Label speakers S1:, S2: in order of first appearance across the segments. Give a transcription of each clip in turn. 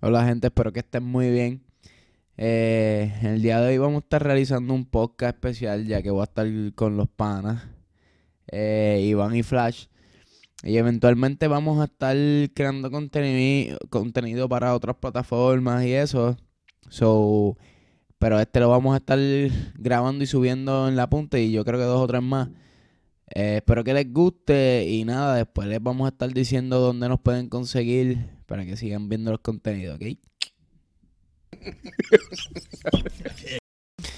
S1: Hola gente, espero que estén muy bien. Eh, el día de hoy vamos a estar realizando un podcast especial ya que voy a estar con los panas, eh, Iván y Flash. Y eventualmente vamos a estar creando contenido, contenido para otras plataformas y eso. So, pero este lo vamos a estar grabando y subiendo en la punta y yo creo que dos o tres más. Eh, espero que les guste y nada, después les vamos a estar diciendo dónde nos pueden conseguir para que sigan viendo los contenidos, ¿ok?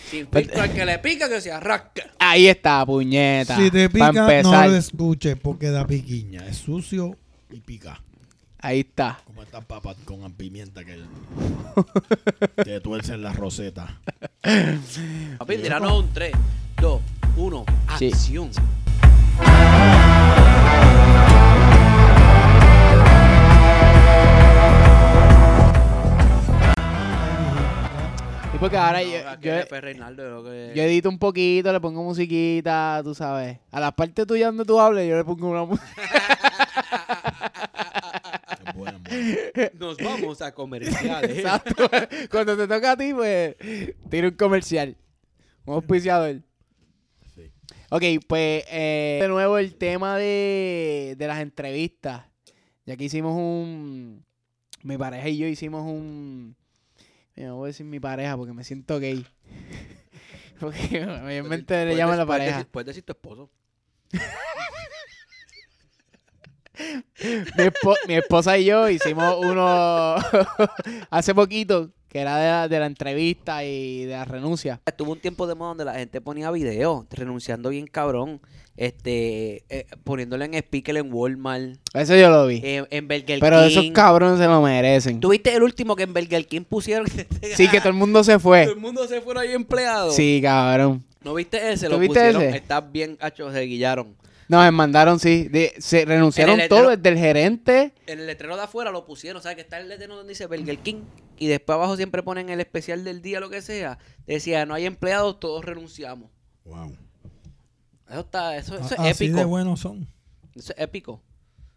S2: Sin filtro al que le pica que se arrasca.
S1: Ahí está, puñeta.
S3: Si te
S1: Pa'
S3: pica, no
S1: empezar.
S3: lo escuches porque da piquiña. Es sucio y pica.
S1: Ahí está.
S3: Como estas papas con pimienta que te tuercen las rosetas.
S2: Papi, tiranos un 3, 2, 1,
S1: Sí.
S2: acción.
S1: Y porque ahora yo,
S2: Ahora
S1: yo-
S2: que Pepe Reinaldo, yo creo
S1: yo
S2: que-
S1: edito un poquito, le pongo musiquita, tú sabes. A la parte tuya donde tú hables, yo le pongo una música.
S3: Es buena, buena.
S2: Nos vamos a comerciales.
S1: Exacto. Cuando te toca a ti, pues tira un comercial. Un auspiciador.
S3: Sí.
S1: Ok, pues eh, de nuevo el tema de, de las entrevistas. Ya que hicimos un. Mi pareja y yo hicimos un. Mira, no voy a decir mi pareja porque me siento gay. porque obviamente le
S2: Puedes-
S1: llaman la
S2: puedes
S1: pareja.
S2: decir- Puedes decir tu esposo.
S1: mi, espo- mi esposa y yo hicimos uno hace poquito, que era de la, de la entrevista y de la renuncia.
S2: Tuvo un tiempo de moda donde la gente ponía videos renunciando bien cabrón, este, eh, poniéndole en speaker en Walmart,
S1: Eso yo lo vi.
S2: en, en Burger
S1: Pero
S2: King.
S1: esos cabrones se lo merecen.
S2: ¿Tuviste el último que en Burger King pusieron?
S1: Sí, que todo el mundo se
S2: "Ah, todo
S1: fue.
S2: el mundo se fuera ahí empleado.
S1: Sí, cabrón.
S2: ¿No viste ese?
S1: ¿Tú
S2: Lo
S1: viste
S2: pusieron.
S1: ese?
S2: Estás bien, hacho, se guillaron.
S1: Nos mandaron, sí. de- se renunciaron
S2: En el
S1: todo,
S2: letrero-
S1: desde el gerente.
S2: En el letrero de afuera lo pusieron, o sea, que está el letrero donde dice Burger King y después abajo siempre ponen el especial del día, lo que sea. Decía, no hay empleados, todos renunciamos.
S3: Wow.
S2: Eso está, eso, eso
S3: A-
S2: es
S3: Ah, Así de
S2: épico.
S3: buenos son.
S2: Eso es épico.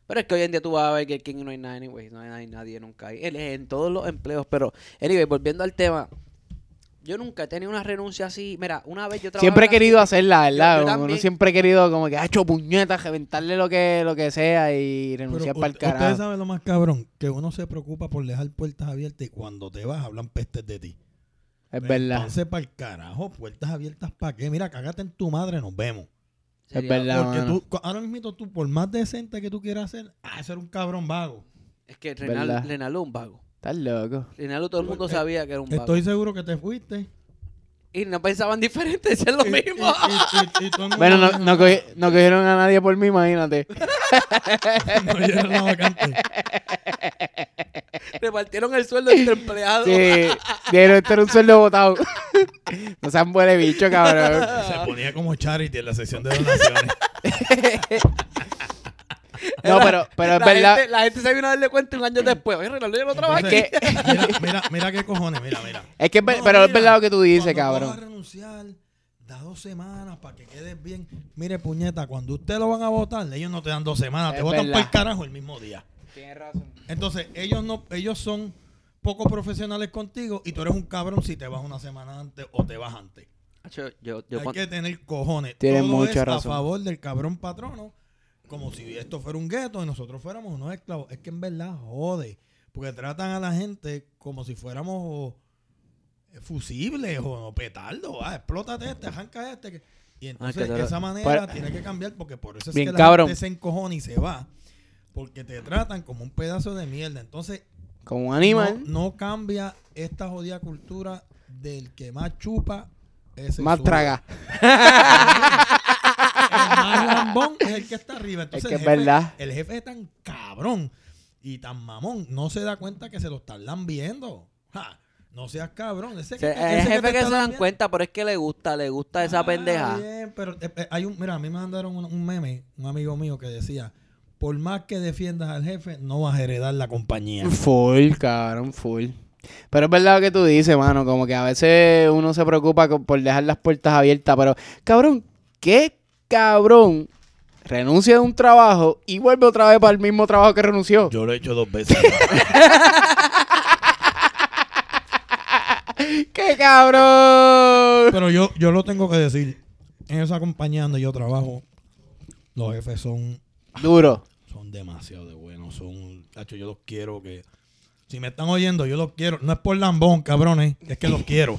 S2: Pero es que hoy en día tú vas a Burger King y no hay nada, anyway, no hay, no hay nadie nunca. Hay, él es en todos los empleos, pero, anyway, volviendo al tema, yo nunca he tenido una renuncia así. Mira, una vez yo trabajaba...
S1: Siempre he
S2: en la-
S1: querido hacerla, ¿verdad?
S2: Yo- yo
S1: Como Uno
S2: también.
S1: siempre he querido como que, ha hecho puñetas, reventarle lo que, lo que sea y renunciar
S3: Pero
S1: para el
S3: ut- ustedes
S1: carajo.
S3: saben lo más cabrón, que uno se preocupa por dejar puertas abiertas y cuando te vas hablan pestes de ti.
S1: Es verdad.
S3: Entonces, para el carajo, puertas abiertas para qué. Mira, cágate en tu madre, nos vemos.
S1: Es
S2: Sería-
S1: verdad,
S3: Porque
S1: mano.
S3: tú, cu- ahora mismo tú, por más decente que tú quieras ser, ah, eso era un cabrón vago.
S2: Es que
S1: Verdad.
S2: Renalo, Renalo es un vago.
S1: Estás loco.
S2: Renalo todo el mundo sabía que era un vago.
S3: Estoy seguro que te fuiste.
S2: Y no pensaban diferente, eso es lo
S3: Y- y-
S2: mismo.
S3: y- y- y todo el mundo
S1: Bueno, no,
S3: dijo,
S1: no, cogi- no cogieron a nadie por mí, imagínate.
S3: no llena la vacante.
S2: Repartieron el sueldo entre empleados.
S1: Sí, dieron este era un sueldo botado. No sean huele bicho, cabrón.
S3: Se ponía como charity en la sección de donaciones.
S1: No, pero, pero es
S2: la,
S1: verdad.
S2: Gente, la gente se vino a darle cuenta un año después. Oye, Renalo, yo no trabajo aquí.
S3: Entonces, mira, mira, mira qué cojones, mira, mira.
S1: Es que, es ver-
S3: No,
S1: pero es
S3: mira,
S1: verdad lo que tú dices,
S3: cuando
S1: cabrón.
S3: Vas a renunciar, da dos semanas para que quedes bien. Mire, puñeta, cuando usted lo van a votar, ellos no te dan dos semanas, te
S1: Es
S3: votan
S1: verdad.
S3: para el carajo el mismo día.
S1: Tienes razón.
S3: Entonces, ellos no, ellos son pocos profesionales contigo y tú eres un cabrón si te vas una semana antes o te vas antes.
S2: Yo, yo, yo
S3: Hay
S2: cuan-
S3: que tener cojones.
S1: Tienes
S3: Todo
S1: mucha
S3: es
S1: razón.
S3: a favor del cabrón patrono, como si esto fuera un gueto y nosotros fuéramos unos esclavos. Es que en verdad jode, porque tratan a la gente como si fuéramos o, eh, fusibles o, petardos. Ah, explótate este, arranca este. que-
S1: Ah,
S3: Y entonces
S2: que te
S3: de
S2: lo-
S3: esa manera
S1: Para-
S3: tiene que cambiar porque por eso es
S1: Bien
S3: que la
S1: cabrón.
S3: gente se encojona y se va. Porque te tratan como un pedazo de mierda. Entonces
S1: Como un animal.
S3: no, no cambia esta jodida cultura del que más chupa es el
S1: más
S3: suyo.
S1: traga.
S3: El más lambón es el que está arriba. Entonces,
S1: Es que
S3: el
S1: es
S3: jefe-
S1: verdad.
S3: El jefe es tan cabrón y tan mamón. No se da cuenta que se lo están lambiendo. Ja, no seas cabrón. Ese,
S2: O sea,
S3: te-
S2: hay
S3: ese
S2: jefes
S3: te
S2: que
S3: está
S2: se dan
S3: lambiendo-
S2: cuenta, pero es que le gusta, le gusta esa
S3: Ah,
S2: pendeja.
S3: bien, pero eh, eh, hay un, mira, a mí me mandaron un, un meme, un amigo mío que decía, por más que defiendas al jefe, no vas a heredar la compañía.
S1: Full, cabrón, full. Pero es verdad lo que tú dices, mano. Como que a veces uno se preocupa co- por dejar las puertas abiertas. Pero, cabrón, ¿qué cabrón renuncia de un trabajo y vuelve otra vez para el mismo trabajo que renunció?
S3: Yo lo he hecho dos veces.
S1: cabrón!
S3: Pero yo, yo lo tengo que decir. En esa compañía donde yo trabajo, los jefes son,
S1: Duro.
S3: son demasiado de buenos. Son, tacho, yo los quiero que. Si me están oyendo, yo los quiero. No es por lambón, cabrones. Es que los quiero.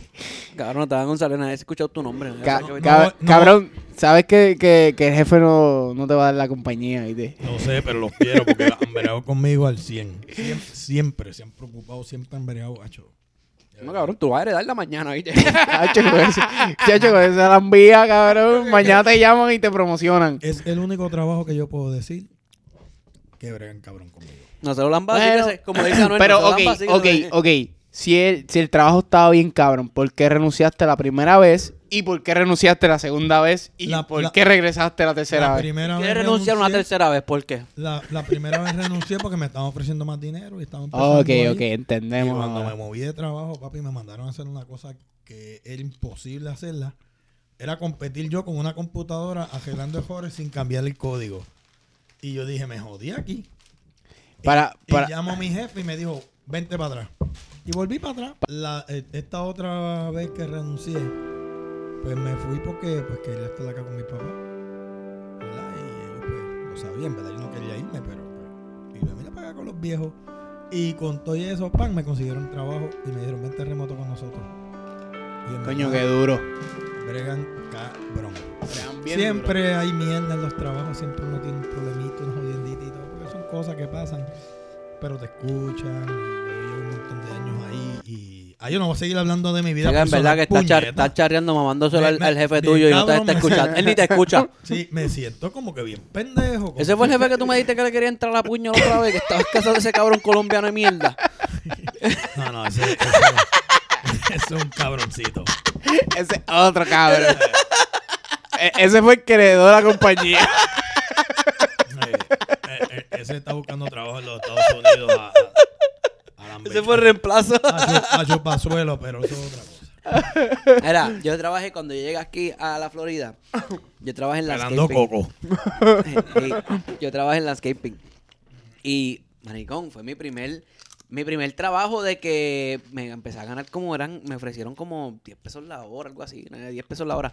S2: Cabrón, te van González, nadie ha escuchado tu nombre.
S1: Ca-
S2: Yo- yo-
S1: cab-
S3: no.
S1: Cabrón, sabes que, que, que el jefe no, no te va a dar la compañía, ¿viste?
S3: No sé, pero los quiero porque han vereado conmigo al 100. Siempre, siempre se han preocupado, siempre han vereado, hacho.
S2: No, cabrón, tú vas a heredar la mañana, ¿viste?
S1: Chacho, con eso- chacho, con esa lambía, cabrón. Mañana te llaman y te promocionan.
S3: Es el único trabajo que yo puedo decir que bregan cabrón conmigo.
S2: Nosotros la han
S1: Bueno,
S2: como dice Anuel,
S1: Pero,
S2: nosotros
S1: ok,
S2: la han vacío,
S1: ok,
S2: nosotros-
S1: ok. Si el, si el trabajo estaba bien, cabrón, ¿por qué renunciaste la primera vez? ¿Y por qué renunciaste la segunda vez? ¿Y
S3: La-
S1: por
S3: la-
S1: qué regresaste la tercera
S3: la
S1: vez?
S3: primera
S2: ¿Quieres renunciar una
S3: renuncié-
S2: tercera vez? ¿Por qué?
S3: La, la primera vez renuncié porque me estaban ofreciendo más dinero y estaban
S1: Ok,
S3: empezando
S1: ok,
S3: ahí. Y
S1: entendemos.
S3: cuando me
S1: ahora.
S3: moví de trabajo, papi, me mandaron a hacer una cosa que era imposible hacerla. Era competir yo con una computadora arreglando errores sin cambiar el código. Y yo dije, me jodí aquí.
S1: Para,
S3: Y
S1: para,
S3: llamo a mi jefe y me dijo, vente para atrás. Y volví para atrás. La- eh, esta otra vez que renuncié, pues me fui porque pues, quería estar acá con mi papá. ¿Verdad? Y ellos pues lo sabían, ¿verdad? Yo no quería irme, pero pues, y me vine para acá con los viejos. Y con todo y eso, pan, me consiguieron trabajo y me dijeron, vente remoto con nosotros. Y en
S1: coño, qué
S3: verdad,
S1: duro.
S3: bregan cabrón. siempre hay mierda en los trabajos, siempre uno tiene un problemito, una jodiendita y todo, porque son cosas que pasan, pero te escuchan, y yo llevo un montón de años ahí y... Ah, yo no voy a seguir hablando de mi vida
S2: Oiga, en verdad
S3: personal,
S2: que estás char-
S3: puñeta.
S2: estás charreando, mamándoselo
S3: Me-
S2: al,
S3: me-
S2: al jefe
S3: bien
S2: tuyo y no te
S3: cabrón,
S2: está
S3: me-
S2: escuchando. Él ni te escucha.
S3: Sí, me siento como que bien pendejo. como
S2: Ese fue el jefe que tú me dijiste que le quería entrar a la puño la otra vez, que estabas casado de ese cabrón colombiano de mierda.
S3: No, no, ese, ese- ese es un cabroncito.
S1: Ese otro cabrón. E- ese fue el que heredó la compañía.
S3: Eh, eh, eh, ese está buscando trabajo en los Estados Unidos a, a, a la
S2: Ese fue el reemplazo.
S3: a, chup- a chupazuelo, pero eso es otra cosa.
S2: Era, yo trabajé cuando yo llegué aquí a la Florida. Yo trabajé en
S3: Pelando
S2: landscaping.
S3: coco.
S2: Sí, yo trabajé en landscaping. Y, maricón, fue mi primer, mi primer trabajo de que me empecé a ganar como eran, me ofrecieron como 10 pesos la hora, algo así, ¿no? 10 pesos la hora.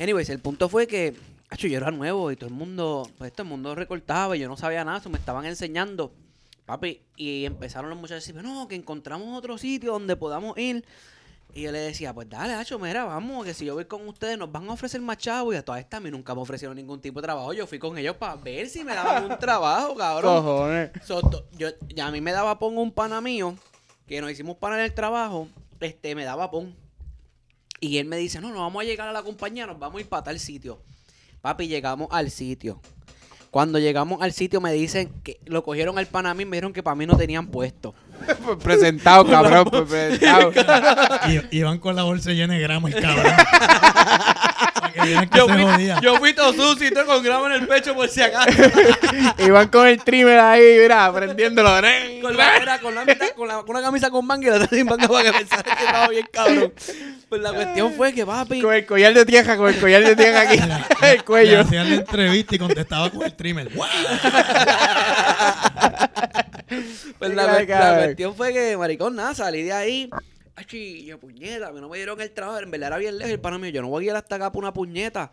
S2: Anyways, el punto fue que, acho, yo era nuevo y todo el mundo, pues todo el mundo recortaba y yo no sabía nada, eso me estaban enseñando. Papi, y empezaron los muchachos a decirme, no, que encontramos otro sitio donde podamos ir. Y yo le decía, pues dale, Hacho, mira, vamos, que si yo voy con ustedes nos van a ofrecer más chavos. Y a todas estas a mí nunca me ofrecieron ningún tipo de trabajo. Yo fui con ellos para ver si me daban un trabajo, cabrón.
S1: Cojones.
S2: So, to- yo, ya a mí me daba pon un pana mío, que nos hicimos pana en el trabajo, este, me daba pon. Y él me dice, no, no vamos a llegar a la compañía, nos vamos a ir para tal sitio. Papi, llegamos al sitio. Cuando llegamos al sitio me dicen que lo cogieron al pana mío y me dijeron que para mí no tenían puesto.
S1: Pues presentado, cabrón. pues presentado.
S3: Y, y van con la bolsa llena de grama el cabrón. Para que vieran que
S2: Yo
S3: se
S2: fui,
S3: jodía.
S2: yo fui todo sucio y todo con grama en el pecho por si acaso.
S1: Y van con el trimmer ahí, mira, prendiéndolo.
S2: Con la, era con la mitad- con la- con una camisa con manga y la otra sin manga para que pensara que estaba bien cabrón. Pues la cuestión fue que papi.
S1: Con el collar de tierra, con el collar de tierra aquí. el
S3: Le
S1: cuello.
S3: hacían la entrevista y contestaba con el trimmer. ¡Guau!
S2: Pues la,
S1: Claro,
S2: cuest- la
S1: cabrón.
S2: cuestión fue que, maricón, nada, salí de ahí. Achi, yo puñeta, que no me dieron el trabajo. En verdad era bien lejos el pana mío. Yo no voy a ir hasta acá por una puñeta.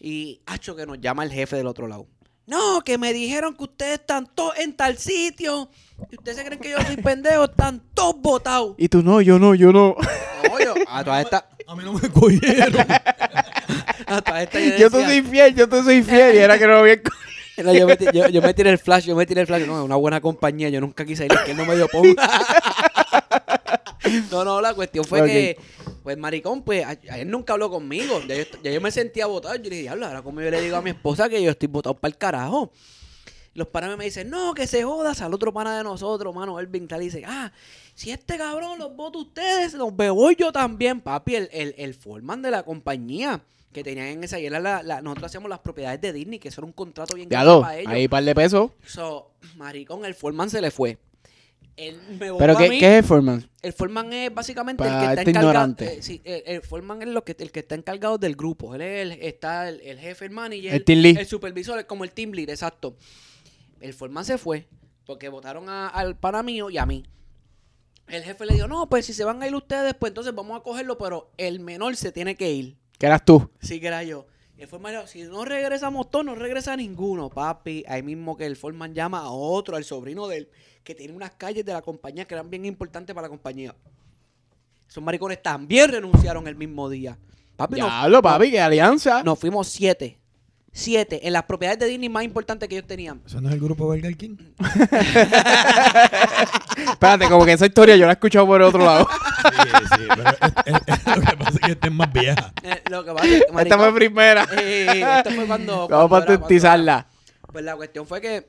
S2: Y, acho, que nos llama el jefe del otro lado. No, que me dijeron que ustedes están todos en tal sitio. Y ustedes se creen que yo soy pendejo, están todos botados.
S1: Y tú no, yo no, yo no.
S2: No, yo, a todas estas.
S3: A mí no me cogieron.
S2: A todas estas.
S1: Yo te
S2: decía-
S1: soy fiel, yo te soy fiel. Y era que no lo había co-
S2: No, yo, me, ti- yo, yo me tiré el flash, yo me tiré el flash. No, una buena compañía, yo nunca quise ir, que él no me dio pon. no, no, la cuestión fue
S1: Ok.
S2: que, pues maricón, pues a, a él nunca habló conmigo. Ya yo, est- ya yo me sentía votado. Yo le dije, diablo, ahora como yo le digo a mi esposa que yo estoy votado para el carajo. Los panas me dicen, no, que se joda, al otro pana de nosotros, mano, Elvin tal, y dice, ah, si este cabrón los voto ustedes, los me voy yo también, papi, el, el, el foreman de la compañía que tenían en esa y era la, la- nosotros hacíamos las propiedades de Disney, que eso era un contrato bien
S1: Ya dos,
S2: para ellos.
S1: ahí par de pesos.
S2: So, maricón, el foreman se le fue. Él me votó
S1: Pero
S2: a
S1: qué,
S2: mí.
S1: ¿qué es Foreman?
S2: El foreman es básicamente
S1: Pa'
S2: el que
S1: este
S2: está encargado.
S1: ignorante.
S2: eh, sí, el, el foreman es lo que, el que está encargado del grupo. Él es el, está el, el jefe, el manager,
S1: El team lead.
S2: el supervisor, es como el team lead, exacto. El foreman se fue porque votaron a- al pana mío y a mí. El jefe le dijo, no, pues si se van a ir ustedes, pues entonces vamos a cogerlo, pero el menor se tiene que ir.
S1: ¿Qué eras tú?
S2: Sí, que era yo. Y el Foreman dijo, si no regresamos todos, no regresa ninguno, papi. Ahí mismo que el Foreman llama a otro, al sobrino de él, que tiene unas calles de la compañía que eran bien importantes para la compañía. Esos maricones también renunciaron el mismo día. Papi, nos-
S1: Diablo, papi, qué alianza.
S2: nos fuimos siete. Siete. En las propiedades de Disney más importantes que ellos tenían.
S3: Eso no es el grupo Burger King.
S1: Espérate, como que esa historia yo la he escuchado por otro lado.
S3: Sí, sí, pero es- es- es- lo que pasa es que esta es más vieja.
S2: Eh, lo que pasa es que,
S1: Esta
S2: marico,
S1: fue primera.
S2: eh, esto fue cuando.
S1: Vamos a
S2: cuando era- cuando era.
S1: patentizarla.
S2: Pues la cuestión fue que,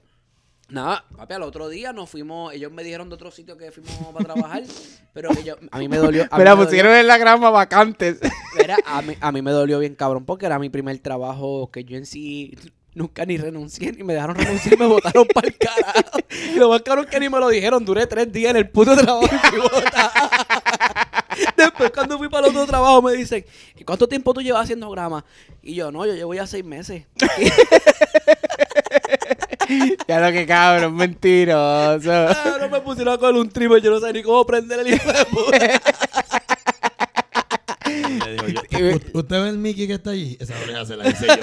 S2: nada, papi, al otro día nos fuimos, ellos me dijeron de otro sitio que fuimos para trabajar, pero que yo, a mí me dolió. a mí
S1: Mira,
S2: me
S1: pusieron en la grama vacantes.
S2: dolió- era- a, mí, a mí me dolió bien cabrón porque era mi primer trabajo que yo en sí nunca ni renuncié, ni me dejaron renunciar y me botaron para el carajo. Y lo más cabrón que ni me lo dijeron, duré tres días en el puto trabajo y fui botado. Después cuando fui para el otro trabajo me dicen, ¿y cuánto tiempo tú llevas haciendo grama? Y yo, no, yo llevo ya seis meses.
S1: ya lo que cabrón, mentiroso.
S2: Ah, no me pusieron a coger un trimmer, yo no sé ni cómo prender el hijo de puta.
S3: Le digo yo,
S1: Y-
S3: "U- ¿Usted ve el Mickey que está allí? Esa oreja se la hice yo.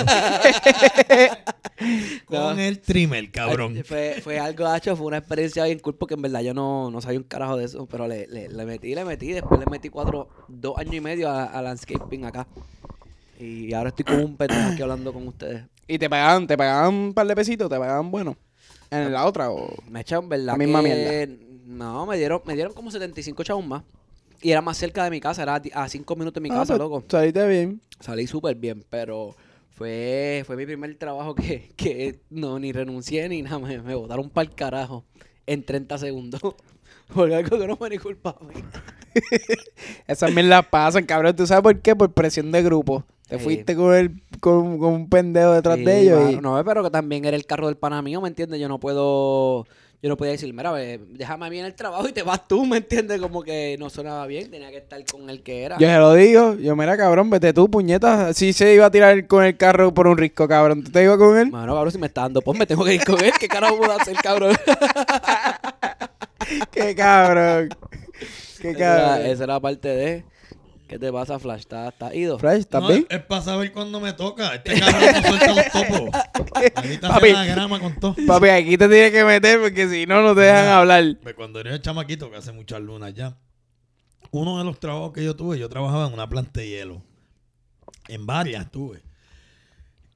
S3: Con
S2: No.
S3: el trimmer, cabrón.
S2: Fue, fue algo hacho, fue una experiencia bien cool porque en verdad yo no, no sabía un carajo de eso, pero le, le, le metí, le metí, después le metí cuatro, dos años y medio a, a landscaping acá. Y ahora estoy con un pendejo aquí hablando con ustedes.
S1: Y te pagaban, te pagaban un par de pesitos, te pagaban bueno. En la otra o.
S2: Me echaron, ¿verdad?
S1: La misma
S2: que-
S1: mierda.
S2: No, me dieron, me dieron como 75 chavos más. Y era más cerca de mi casa, era a di- a 5 minutos de mi
S1: Ah,
S2: casa,
S1: pues,
S2: loco.
S1: Saliste bien.
S2: Salí súper bien, pero fue, fue mi primer trabajo que, que no, ni renuncié ni nada, me, me botaron para el carajo en 30 segundos. Por algo que no fue ni culpa mía.
S1: Esas mierdas pasan, cabrón. ¿Tú sabes por qué? Por presión de grupo. Te
S2: Sí.
S1: fuiste con, el, con, con un pendejo detrás
S2: Sí,
S1: de ellos
S2: mano,
S1: y.
S2: No, pero que también era el carro del pana mío, ¿me entiendes? Yo no puedo, yo no podía decir, mira, ve, déjame bien el trabajo y te vas tú, ¿me entiendes? Como que no sonaba bien, tenía que estar con el que era.
S1: Yo se lo digo, yo mira cabrón, vete tú, puñeta. Si se iba a tirar con el carro por un risco, cabrón. ¿Tú te ibas con él?
S2: Mano, cabrón, si me está dando, pues me tengo que ir con él, ¿qué carajo puedo hacer, cabrón?
S1: Qué cabrón. Qué
S2: Esa era,
S1: cabrón.
S2: esa era parte de, ¿qué te pasa, Flash? ¿Estás estás ido?
S1: Fresh, ¿estás
S3: No,
S1: bien?
S3: Es para saber cuándo me toca. Este cabrón no suelta los topos. Ahorita
S1: Papi.
S3: se la grama con todo.
S1: Papi, aquí te tienes que meter porque si no, no te dejan
S3: Mira,
S1: hablar.
S3: pues Cuando era chamaquito, que hace muchas lunas ya, uno de los trabajos que yo tuve, yo trabajaba en una planta de hielo. En varias tuve.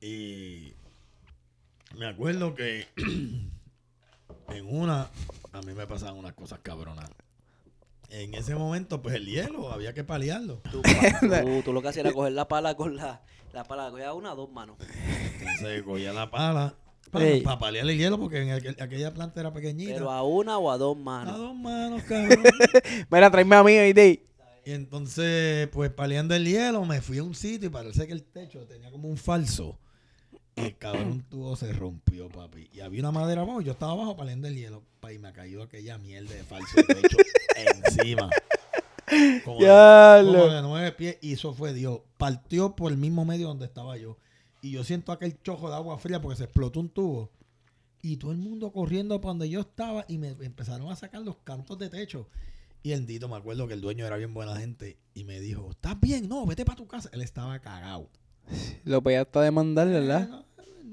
S3: Y me acuerdo que en una, a mí me pasaban unas cosas cabronas. En ese momento, pues el hielo había que paliarlo.
S2: Tú, pa- tú- tú lo que hacías era coger la pala con la, la pala, cogía una o dos manos.
S3: Entonces cogía la pala
S1: Ey.
S3: para, paliar el hielo, porque en aquel- aquella planta era pequeñita.
S2: Pero ah, a una o a dos
S3: a
S1: Ah,
S2: manos.
S3: dos manos, cabrón.
S1: Mira, tráeme a mí, ¿viste?
S3: Y entonces, pues paliando el hielo, me fui a un sitio y parece que el techo tenía como un falso. Y el cabrón tubo se rompió, papi. Y había una madera abajo, yo estaba abajo paliando el hielo, pa, y me cayó aquella mierda de falso de techo encima. Como de,
S1: Ya
S3: como
S1: lo-
S3: de nueve pies, y eso fue Dios. Partió por el mismo medio donde estaba yo. Y yo siento aquel chojo de agua fría porque se explotó un tubo. Y todo el mundo corriendo para donde yo estaba y me empezaron a sacar los cantos de techo. Y el Dito, me acuerdo que el dueño era bien buena gente y me dijo, ¿estás bien? No, vete para tu casa. Él estaba cagado.
S1: Lo podía hasta demandar, ¿verdad?
S3: Bueno,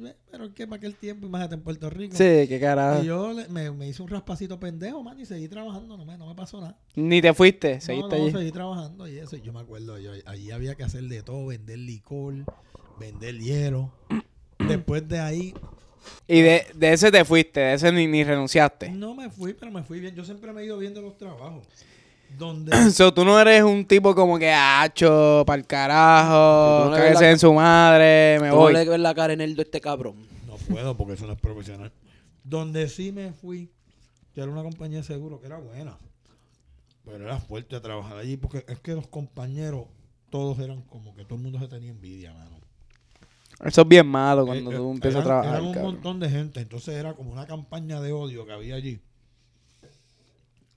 S3: eh, Pero es que para aquel tiempo, imagínate en Puerto Rico.
S1: Sí, ah. qué carajo.
S3: Y yo le- me, me hice un raspacito pendejo, man, y seguí trabajando, no me, no me pasó nada.
S1: Ni te fuiste,
S3: No,
S1: seguiste
S3: no,
S1: allí.
S3: seguí trabajando y eso. y Yo me acuerdo, yo, allí había que hacer de todo, vender licor, vender hielo. Después de ahí,
S1: Y de, de ese te fuiste, de ese ni, ni renunciaste.
S3: no me fui, pero me fui bien. Yo siempre me he ido bien de los trabajos. Donde
S1: So, tú no eres un tipo como que hacho, pa'l
S2: Tú
S1: carajo,
S2: no le ves
S1: cáguese
S2: la-
S1: en su madre, me
S2: Tú no
S1: voy.
S2: le ves la cara en el de este cabrón.
S3: No puedo porque eso no es profesional. Donde sí me fui, que era una compañía de seguro que era buena. Pero era fuerte trabajar allí porque es que los compañeros, todos eran como que todo el mundo se tenía envidia, mano.
S1: Eso es bien malo cuando
S3: Eh,
S1: tú
S3: eh,
S1: empiezas a
S3: eran-
S1: trabajar.
S3: Eran un
S1: cabrón.
S3: montón de gente, entonces era como una campaña de odio que había allí.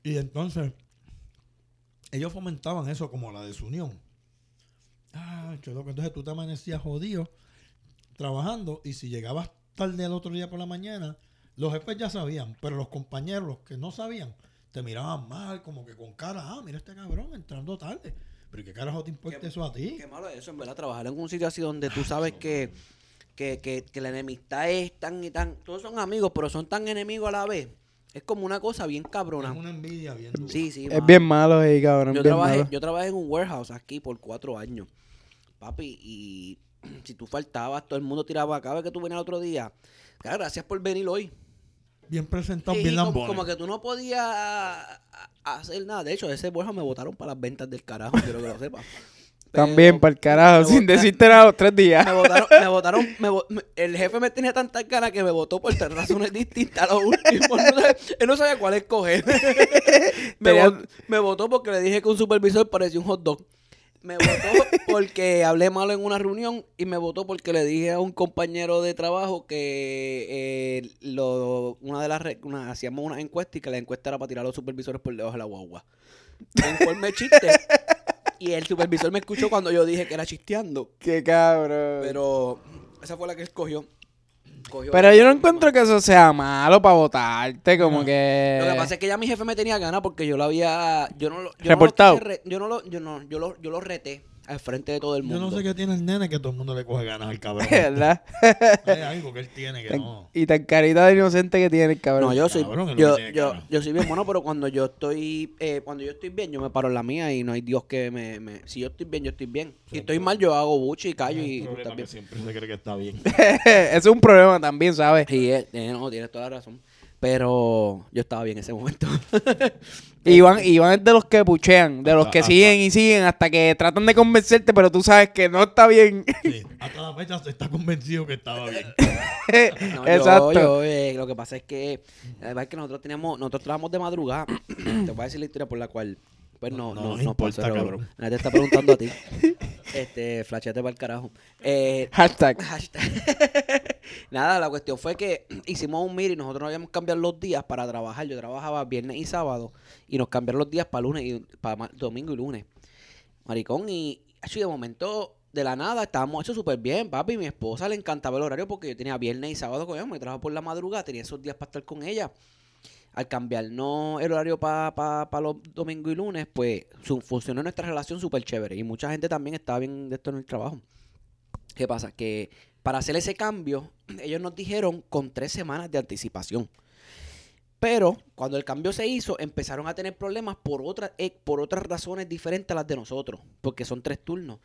S3: Y entonces, ellos fomentaban eso como la desunión. Ah, loco, entonces tú te amanecías jodido trabajando y si llegabas tarde al otro día por la mañana, los jefes ya sabían, pero los compañeros, los que no sabían, te miraban mal, como que con cara, ah, mira este cabrón entrando tarde. Pero ¿qué carajo te importa
S2: Qué-
S3: eso a ti?
S2: Qué malo es eso, en verdad, trabajar en un sitio así donde tú sabes que, que, que- que la enemistad es tan y tan. Todos son amigos, pero son tan enemigos a la vez. Es como una cosa bien
S3: Es
S2: cabrona.
S3: una envidia bien dura.
S2: Sí, sí.
S1: Es
S2: mano.
S1: bien malo, ahí, cabrón.
S2: yo
S1: bien
S2: trabajé,
S1: malo.
S2: yo trabajé en un warehouse aquí por cuatro años, papi, y si tú faltabas, todo el mundo tiraba cada vez que tú venías el otro día. Claro, gracias por venir hoy.
S3: Bien presentado,
S2: Sí,
S3: bien
S2: como,
S3: lambón.
S2: como que tú no podías a- a- hacer nada. De hecho, ese warehouse me votaron para las ventas del carajo, quiero que lo sepas.
S1: También,
S2: Pero-
S1: para el carajo,
S2: me
S1: sin
S2: bota-
S1: decirte nada los tres días.
S2: me votaron, me votaron, me vo- me- el jefe me tenía tantas ganas que me votó por tres razones distintas a los últimos. No sabía- él no sabía cuál escoger. me,
S1: Tenía-
S2: vot- me votó porque le dije que un supervisor parecía un hot dog. Me votó porque hablé malo en una reunión y me votó porque le dije a un compañero de trabajo que eh, lo, una de las re- una- hacíamos una encuesta y que la encuesta era para tirar a los supervisores por debajo de la guagua. Conforme chiste. Y el supervisor me escuchó cuando yo dije que era chisteando.
S1: Qué cabrón. Pero,
S2: Pero esa fue la que él cogió. Cogió-
S1: yo no encuentro que eso sea malo para votarte, como
S3: No.
S1: que...
S2: Lo que pasa es que ya mi jefe me tenía ganas porque yo lo había. Yo no lo. Yo
S1: Reportado.
S2: No lo quise re- yo no lo. Yo, no, yo, lo, yo lo reté al frente de todo el
S3: Yo
S2: mundo.
S3: no sé qué tiene el nene que todo el mundo le coge ganas al cabrón.
S1: ¿Verdad?
S3: Hay algo que él tiene que no.
S1: Y tan carita de inocente que tiene el cabrón.
S2: No, yo soy.
S3: Cabrón, es lo
S2: yo,
S3: que tiene
S2: yo,
S3: cara.
S2: yo soy bien bueno, pero cuando yo estoy. eh, cuando yo estoy bien, yo me paro en la mía y no hay Dios que me. me- si yo estoy bien, yo estoy bien. Si estoy mal, yo hago buche y callo y. tú estás bien.
S3: siempre se cree que está bien.
S1: es un problema también, ¿sabes?
S2: Sí, eh, eh, no, tienes toda la razón. Pero yo estaba bien en ese momento. Este.
S1: Iván, Iván es de los que puchean, de los
S2: Ah,
S3: Hasta-
S1: que
S3: hasta-
S1: siguen y siguen hasta que tratan de convencerte, pero tú sabes que no está bien.
S3: Sí, hasta la fecha se está convencido que estaba bien.
S2: No, yo-
S1: Exacto.
S2: yo, eh, lo que pasa es que la verdad es que nosotros teníamos, nosotros trabajamos de madrugada. Te voy a decir la historia por la cual pues no,
S3: No, no
S2: no, no,
S3: nos importa,
S2: pasó, pero
S3: cabrón.
S2: Nadie te está preguntando a ti. Este, flashete para el carajo. Eh,
S1: Hashtag.
S2: hashtag. Nada, la cuestión fue que hicimos un meeting y nosotros nos habíamos cambiado los días para trabajar. Yo trabajaba viernes y sábado y nos cambiaron los días para lunes y para ma- domingo y lunes. Maricón, y así de momento, de la nada, estábamos hecho súper bien, papi. Mi esposa le encantaba el horario porque yo tenía viernes y sábado con ella, me trabajo por la madrugada, tenía esos días para estar con ella. Al cambiarnos el horario para los domingos y lunes, pues su- funcionó nuestra relación súper chévere. Y mucha gente también estaba bien de esto en el trabajo. ¿Qué pasa? Que para hacer ese cambio, ellos nos dijeron con tres semanas de anticipación. Pero cuando el cambio se hizo, empezaron a tener problemas por, otra, eh, por otras razones diferentes a las de nosotros, porque son tres turnos.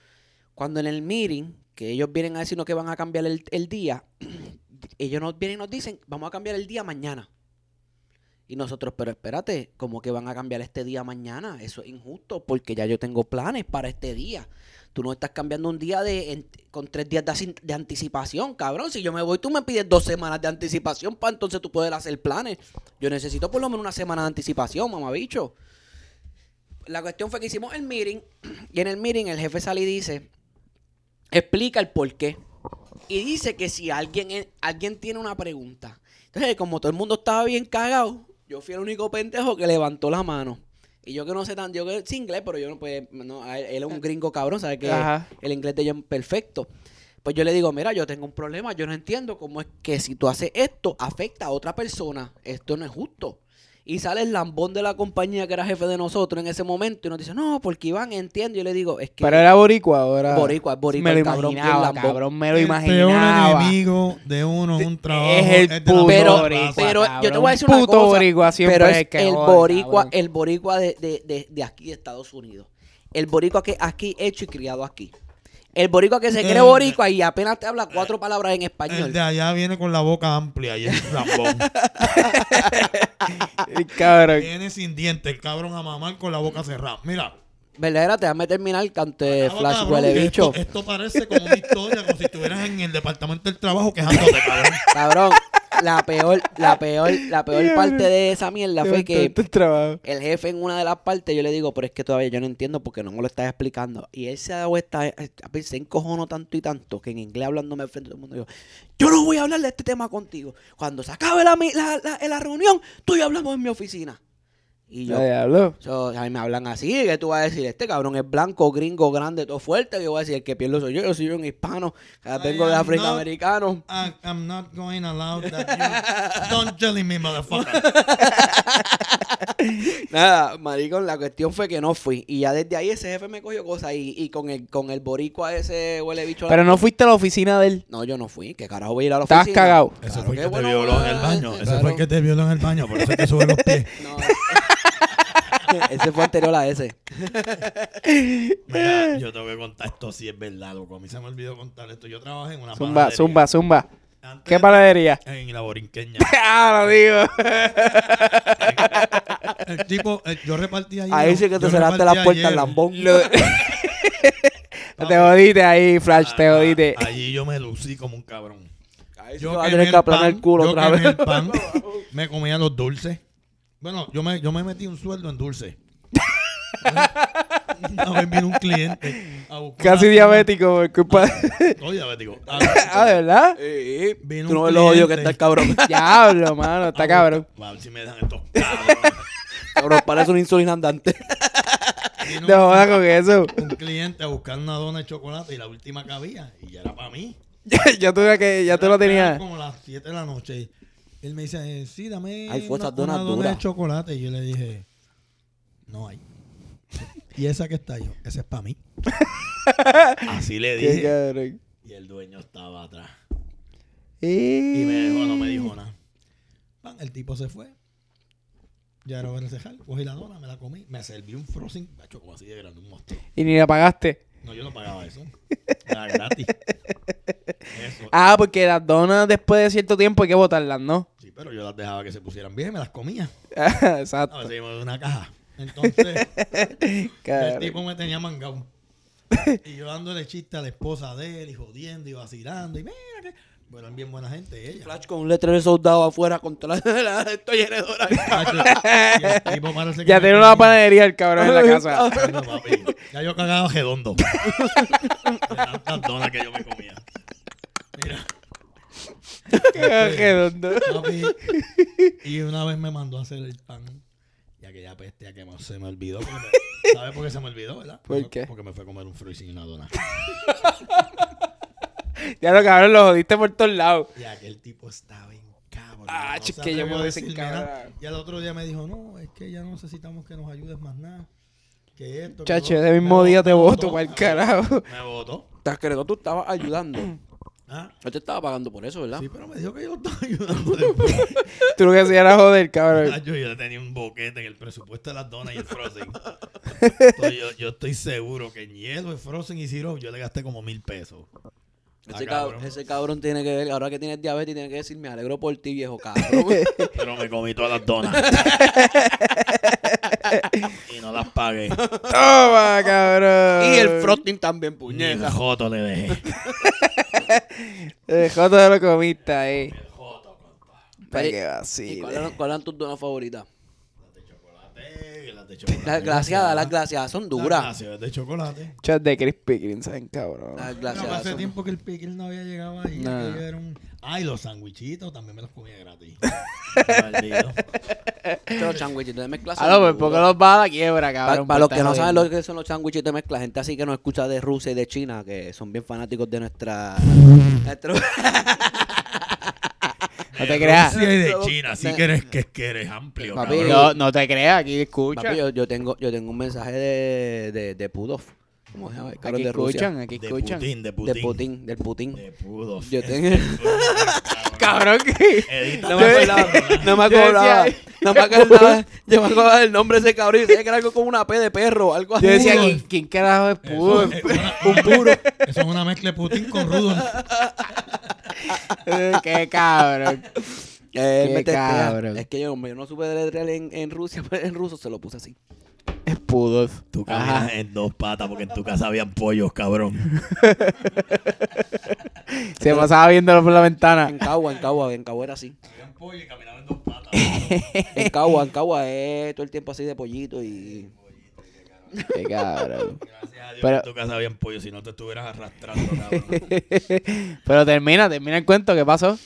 S2: Cuando en el meeting, que ellos vienen a decirnos que van a cambiar el, el día, ellos nos vienen y nos dicen, vamos a cambiar el día mañana. Y nosotros, pero espérate, ¿cómo que van a cambiar este día mañana? Eso es injusto, porque ya yo tengo planes para este día. Tú no estás cambiando un día de en- con tres días de, asin- de anticipación, cabrón. Si yo me voy, tú me pides dos semanas de anticipación para entonces tú poder hacer planes. Yo necesito por lo menos una semana de anticipación, mamabicho. La cuestión fue que hicimos el meeting y en el meeting el jefe sale y dice, explica el por qué. Y dice que si alguien, es- alguien tiene una pregunta. Entonces, como todo el mundo estaba bien cagado, yo fui el único pendejo que levantó la mano. Y yo que no sé tan, yo que es inglés, pero yo no pues, no, a él, él es un gringo cabrón, ¿sabes que
S1: Ajá.
S2: El inglés de ellos es perfecto. Pues yo le digo, mira, yo tengo un problema, yo no entiendo cómo es que si tú haces esto, afecta a otra persona. Esto no es justo. Y sale el lambón de la compañía que era jefe de nosotros en ese momento y nos dice, no, porque Iván entiende. Yo le digo, es que...
S1: Pero era boricua ahora.
S2: Boricua, boricua,
S1: Me lo
S2: el cabrón, bien
S1: imaginaba,
S2: lambón.
S1: cabrón, me lo
S3: El peor
S1: imaginaba.
S3: Este, enemigo de uno en un trabajo
S1: Es el
S3: de la
S1: puto
S2: pero,
S1: boricua,
S2: pero yo te
S1: cabrón.
S2: voy a decir una
S1: Puto
S2: cosa.
S1: boricua siempre
S2: pero
S1: es el
S2: es
S1: que
S2: el
S1: jode,
S2: boricua,
S1: cabrón.
S2: el boricua de, de- de- de aquí de Estados Unidos. El boricua que aquí hecho y criado aquí. El boricua que se cree
S3: Eh,
S1: Mm.
S2: boricua y apenas te habla cuatro palabras en
S3: El
S2: español.
S3: de allá viene con la boca amplia y es lambón.
S1: Ay, Cabrón.
S3: viene sin dientes, el cabrón a mamar con la boca cerrada. Mira.
S2: Verdadera, te déjame terminar cante
S3: acaba,
S2: Flash
S3: cabrón,
S2: huele
S3: que
S2: bicho.
S3: Esto, esto parece como una historia, como si estuvieras en el departamento del trabajo quejándote, cabrón.
S2: Cabrón, la peor, la peor, la peor parte de esa mierda fue que
S1: Tanto trabajo.
S2: el jefe en una de las partes, yo le digo, pero es que todavía yo no entiendo porque no me lo estás explicando. Y él se ha dado esta, a ver, se encojonó tanto y tanto que en inglés hablándome al frente de todo el mundo, yo, yo no voy a hablar de este tema contigo. Cuando se acabe la, mi- la, la- la reunión, tú y yo hablamos en mi oficina. Y yo,
S1: Ya diablo.
S2: so, a mí me hablan así, que tú vas a decir, este cabrón es blanco, gringo, grande, todo fuerte, que yo voy a decir, el que pierdo soy yo, yo soy un hispano, eh, vengo de
S3: am
S2: afroamericano.
S3: I- I'm not going to allow that you... Don't jelly me, motherfucker.
S2: Nada, maricón, la cuestión fue que no fui. Y ya desde ahí ese jefe me cogió cosas. Y, y con el con el boricua ese huele bicho.
S1: Pero no fuiste a la oficina de él.
S2: No, yo no fui. ¿Qué carajo voy a ir a la oficina?
S1: Estabas cagado.
S3: Ese
S2: Claro
S3: fue
S2: que
S3: el que
S2: bueno,
S3: te violó en el baño. Ese fue
S2: claro.
S3: el que te violó en el baño. Por eso te sube los pies.
S2: No. eh. ese fue anterior a ese.
S3: Mira, yo tengo que contar esto si es verdad, loco. A mí se me olvidó contar esto. Yo trabajé en una
S1: Zumba,
S3: panadería.
S1: zumba, zumba.
S3: Antes
S1: ¿Qué panadería?
S3: En la borinqueña.
S1: ah, lo digo.
S3: El tipo, el- yo repartía ahí.
S2: Ahí sí que te
S3: yo
S2: cerraste
S3: repartí
S2: las puertas,
S3: ayer.
S2: lambón.
S1: te jodiste ahí, Flash, te
S3: Ah,
S1: jodiste.
S3: Allí yo me lucí como un cabrón.
S2: Ahí sí
S3: Yo
S2: te vas a
S3: quemé
S2: tener que aplanar
S3: pan,
S2: el culo
S3: yo
S2: otra
S3: quemé
S2: vez.
S3: el pan, me comía los dulces. Bueno, yo me, yo me metí un sueldo en dulce. Una vez vino un cliente. a buscar
S1: Casi
S3: una-
S1: diabético por culpa
S3: Estoy diabético. A-
S1: Ah, ¿de verdad?
S2: Sí.
S3: Vino
S2: Tú no
S3: un
S2: ves los odios que está
S3: cliente.
S2: el cabrón.
S1: Diablo, mano,
S3: a
S1: está cabrón.
S3: buscar- A ver si me dejan estos cabrones.
S2: Cabrón, parece un insulina andante.
S3: Vino
S1: No jodas con eso.
S3: un cliente a buscar una dona de chocolate y la última que había. Y ya era para mí.
S1: ya tuve que, ya tú lo
S3: Eran
S1: tenías.
S3: Como las 7 de la noche. Él me dice, eh, sí, dame
S2: Ay, fue
S3: una,
S2: esas donas
S3: una dona
S2: duras.
S3: de chocolate. Y yo le dije, no hay. y esa que está yo, esa es para mí. Así le
S1: Qué
S3: dije.
S1: cabrón.
S3: Y el dueño estaba atrás.
S1: Y
S3: Y me dejó, no me dijo nada. Pan, el tipo se fue. Ya era el cejar. Cogí la dona, me la comí. Me serví un frozen, macho, como así de grande, un monstruo.
S1: Y ni la pagaste.
S3: No, yo no pagaba eso. Era gratis. Eso.
S1: Ah, porque las donas después de cierto tiempo hay que botarlas, ¿no?
S3: Sí, pero yo las dejaba que se pusieran bien y me las comía. A
S1: Exacto.
S3: veces iba de una caja. Entonces, el
S1: Cabrón.
S3: tipo me tenía mangado. Y yo dándole chiste a la esposa de él y jodiendo y vacilando. Y mira que. Bueno, eran bien buena gente ella.
S2: Flash con un letrero de soldado afuera contra la, la estoy heredora.
S3: Y el tipo parece que
S1: Ya tiene
S3: me tenía-
S1: una panadería el cabrón en la casa.
S3: Bueno, papi, ya yo cagaba redondo. De tantas donas que yo me comía. Mira, Este,
S1: Redondo.
S3: papi. Y una vez me mandó a hacer el pan. Y aquella peste a que se me olvidó. porque me- ¿Sabes por qué se me olvidó, verdad?
S1: ¿Por qué?
S3: Porque me fue a comer un fruit sin una dona.
S1: Ya lo cabrón, lo jodiste por todos lados.
S3: Y aquel tipo estaba en cabrón.
S1: Ah,
S3: no
S1: chis,
S3: se
S1: que yo me
S3: atrevió a
S1: hubiese
S3: decirme nada.
S1: encabrado.
S3: Y al otro día me dijo, no, es que ya no necesitamos que nos ayudes más nada. Que esto. que
S1: Chacho,
S3: lo otro".
S1: ese mismo
S3: Me
S1: día
S3: botó,
S1: te
S3: me
S1: voto
S3: botó,
S1: para el
S3: me
S1: carajo.
S3: botó, Me votó.
S2: Te acredito, tú estabas ayudando.
S3: Ah,
S2: Yo te estaba pagando por eso, ¿verdad?
S3: Sí, pero me dijo que yo lo estaba ayudando. después.
S1: Tú lo que hacías era joder, cabrón.
S3: Chacho, yo tenía un boquete en el presupuesto de las donas y el frozen. Entonces, yo, yo estoy seguro que en hielo, en frozen y sirop yo le gasté como mil pesos.
S2: Ese,
S3: Ah,
S2: cab-
S3: cabrón.
S2: ese cabrón tiene que ver, ahora que tienes diabetes, tiene que decir, me alegro por ti, viejo cabrón.
S3: Pero me comí todas las donas. y no las pagué.
S1: Toma, cabrón.
S2: y el frosting también,
S3: Ni el
S2: puñeta.
S3: joto le dejé.
S1: El joto de lo comiste ahí.
S3: El joto, compa.
S1: Para
S2: Pero-
S1: que
S2: ¿Y
S1: vacile.
S2: cuáles eran, cuáles eran tus donas favoritas?
S3: Las de chocolate, Eh, las de chocolate.
S2: Las glaciadas, las glaciadas son duras.
S3: Las de chocolate.
S1: Chat de Crispy Green, saben, cabrón.
S2: Las
S3: No, pero
S2: glaciadas
S3: hace
S2: son...
S3: tiempo que el pickle no había llegado ahí.
S1: Nah.
S3: aquello era un- Ay, los sandwichitos también me los comía gratis. Maldito.
S2: Los changuichitos de mezcla son
S1: A lo mejor,
S2: duros.
S1: Ah, pues, porque los va a la quiebra,
S2: Para,
S1: cabrón. pues,
S2: los que no
S1: Está
S2: saben
S1: jodiendo.
S2: lo que son los sándwiches de mezcla, gente así que nos escucha de Rusia y de China, que son bien fanáticos de nuestra... nuestro-
S1: No te creas.
S3: Rusia y de
S2: Todo-
S3: China, sí
S2: me-
S3: que eres, que, que eres amplio.
S2: Papi,
S3: cabrón.
S1: No, no te creas, aquí escucha.
S2: Papi, yo, yo tengo, yo tengo un mensaje de, de, de Pudov. ¿Cómo se llama? El cabrón
S1: Aquí
S2: de Rusia.
S1: escuchan, aquí
S3: de
S1: escuchan.
S3: Putin, de Putin.
S2: De Putin, del Putin.
S3: De Pudof.
S2: Yo tengo-
S1: Cabrón, que.
S3: Edita
S2: No me
S3: todo.
S2: acordaba, no me
S1: Yo decía,
S2: acordaba,
S1: ay,
S2: no me acordaba, yo me acordaba del nombre de ese cabrón y decía que era algo como una P de perro, algo así.
S1: Yo decía,
S3: Pudor.
S1: ¿quién, quién carajo es
S3: Eso
S1: puro?
S3: es una- un puro. Eso es una mezcla de Putin con Rudolf.
S1: Qué cabrón.
S2: Eh,
S1: Qué
S2: me testea.
S1: cabrón.
S2: Es que yo, no- yo no supe deletrear en, en Rusia, pero en ruso se lo puse así.
S1: Es pudor.
S3: Tú caminas
S1: Ajá.
S3: en dos patas porque en tu casa habían pollos, cabrón.
S1: Se pasaba viéndolo por la
S2: En
S1: ventana.
S2: Cagua, en Cagua, en Cagua era así.
S3: Habían pollos y caminaban en dos patas.
S2: En Cagua, en Cagua es todo el tiempo así de pollito y...
S1: Qué cabrón.
S3: Gracias a Dios
S1: Pero-
S3: que en tu casa habían pollos, si no te estuvieras arrastrando, cabrón.
S1: Pero termina, termina el cuento, ¿qué pasó?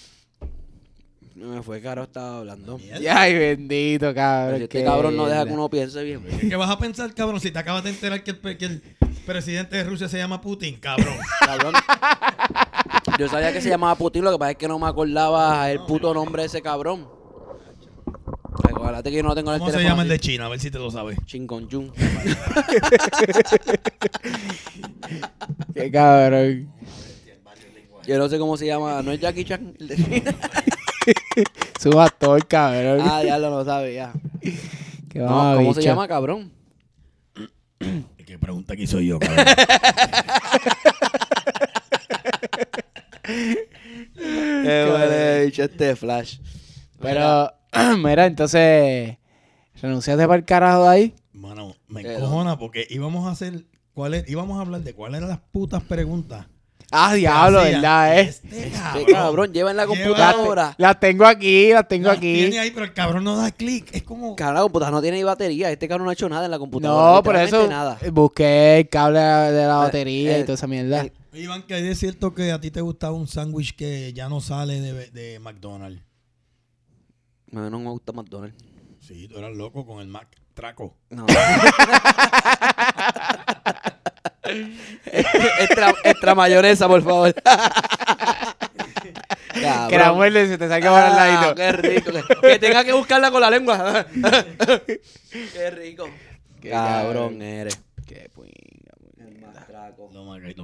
S2: Me fue caro, estaba hablando.
S3: Mierda.
S1: Ay, bendito,
S2: Pero si
S1: cabrón.
S2: este
S1: qué
S2: cabrón no deja que
S1: mierda.
S2: uno piense bien.
S3: ¿Qué vas a pensar, cabrón, si te acabas de enterar que el, pre- que el presidente de Rusia se llama Putin, cabrón?
S2: Cabrón. Yo sabía que se llamaba Putin, lo que pasa es que no me acordaba el puto nombre de ese cabrón. Ay, Acuérdate que yo no tengo en el
S3: ¿Cómo se
S2: teléfono.
S3: llama el de China? A ver si te lo sabes.
S2: Chingon Jun.
S1: Qué cabrón.
S2: Yo no sé cómo se llama. ¿No es Jackie Chan? El de-
S1: Su actor, cabrón.
S2: ah, ya lo no sabe, ya.
S1: Qué
S2: No,
S1: bajo,
S2: ¿Cómo se
S1: bicho.
S2: llama, cabrón?
S3: Qué pregunta que soy yo, cabrón.
S2: Qué bicho este Flash.
S1: Pero, mira, entonces, renunciaste para el carajo de ahí.
S3: Mano, me
S2: Eh,
S3: encojona porque íbamos a hacer. ¿Cuál es- íbamos a hablar de cuáles eran las putas preguntas.
S1: Ah, diablo,
S3: que hacían.
S1: ¿verdad? Eh?
S3: Este
S2: Este
S3: cabrón.
S2: cabrón, lleva en la
S3: Lleva-
S2: computadora.
S1: Las tengo aquí, las tengo
S3: Las
S1: aquí.
S3: Tiene ahí, pero el cabrón no da clic. Es como.
S2: Cabrón, la computadora no tiene ni batería. Este cabrón no ha hecho nada en la computadora.
S1: No, por
S2: literalmente
S1: eso
S2: Nada.
S1: busqué el cable de la batería
S2: el-
S1: y toda esa mierda.
S2: el-
S3: Iván, que es cierto que a ti te gustaba un sándwich que ya no sale de, de McDonald's.
S2: No, no me gusta McDonald's.
S3: Sí, tú eras loco con el Mac Traco.
S2: No. extra, extra Este, mayonesa, por favor. Cabrón.
S1: que la muerde y se te salga para el
S2: Ah,
S1: ladito.
S2: Qué rico. Que, que tenga que buscarla con la lengua. qué rico.
S1: Qué
S2: cabrón eres.
S1: Qué puño.
S2: El más
S3: Lo más, lo más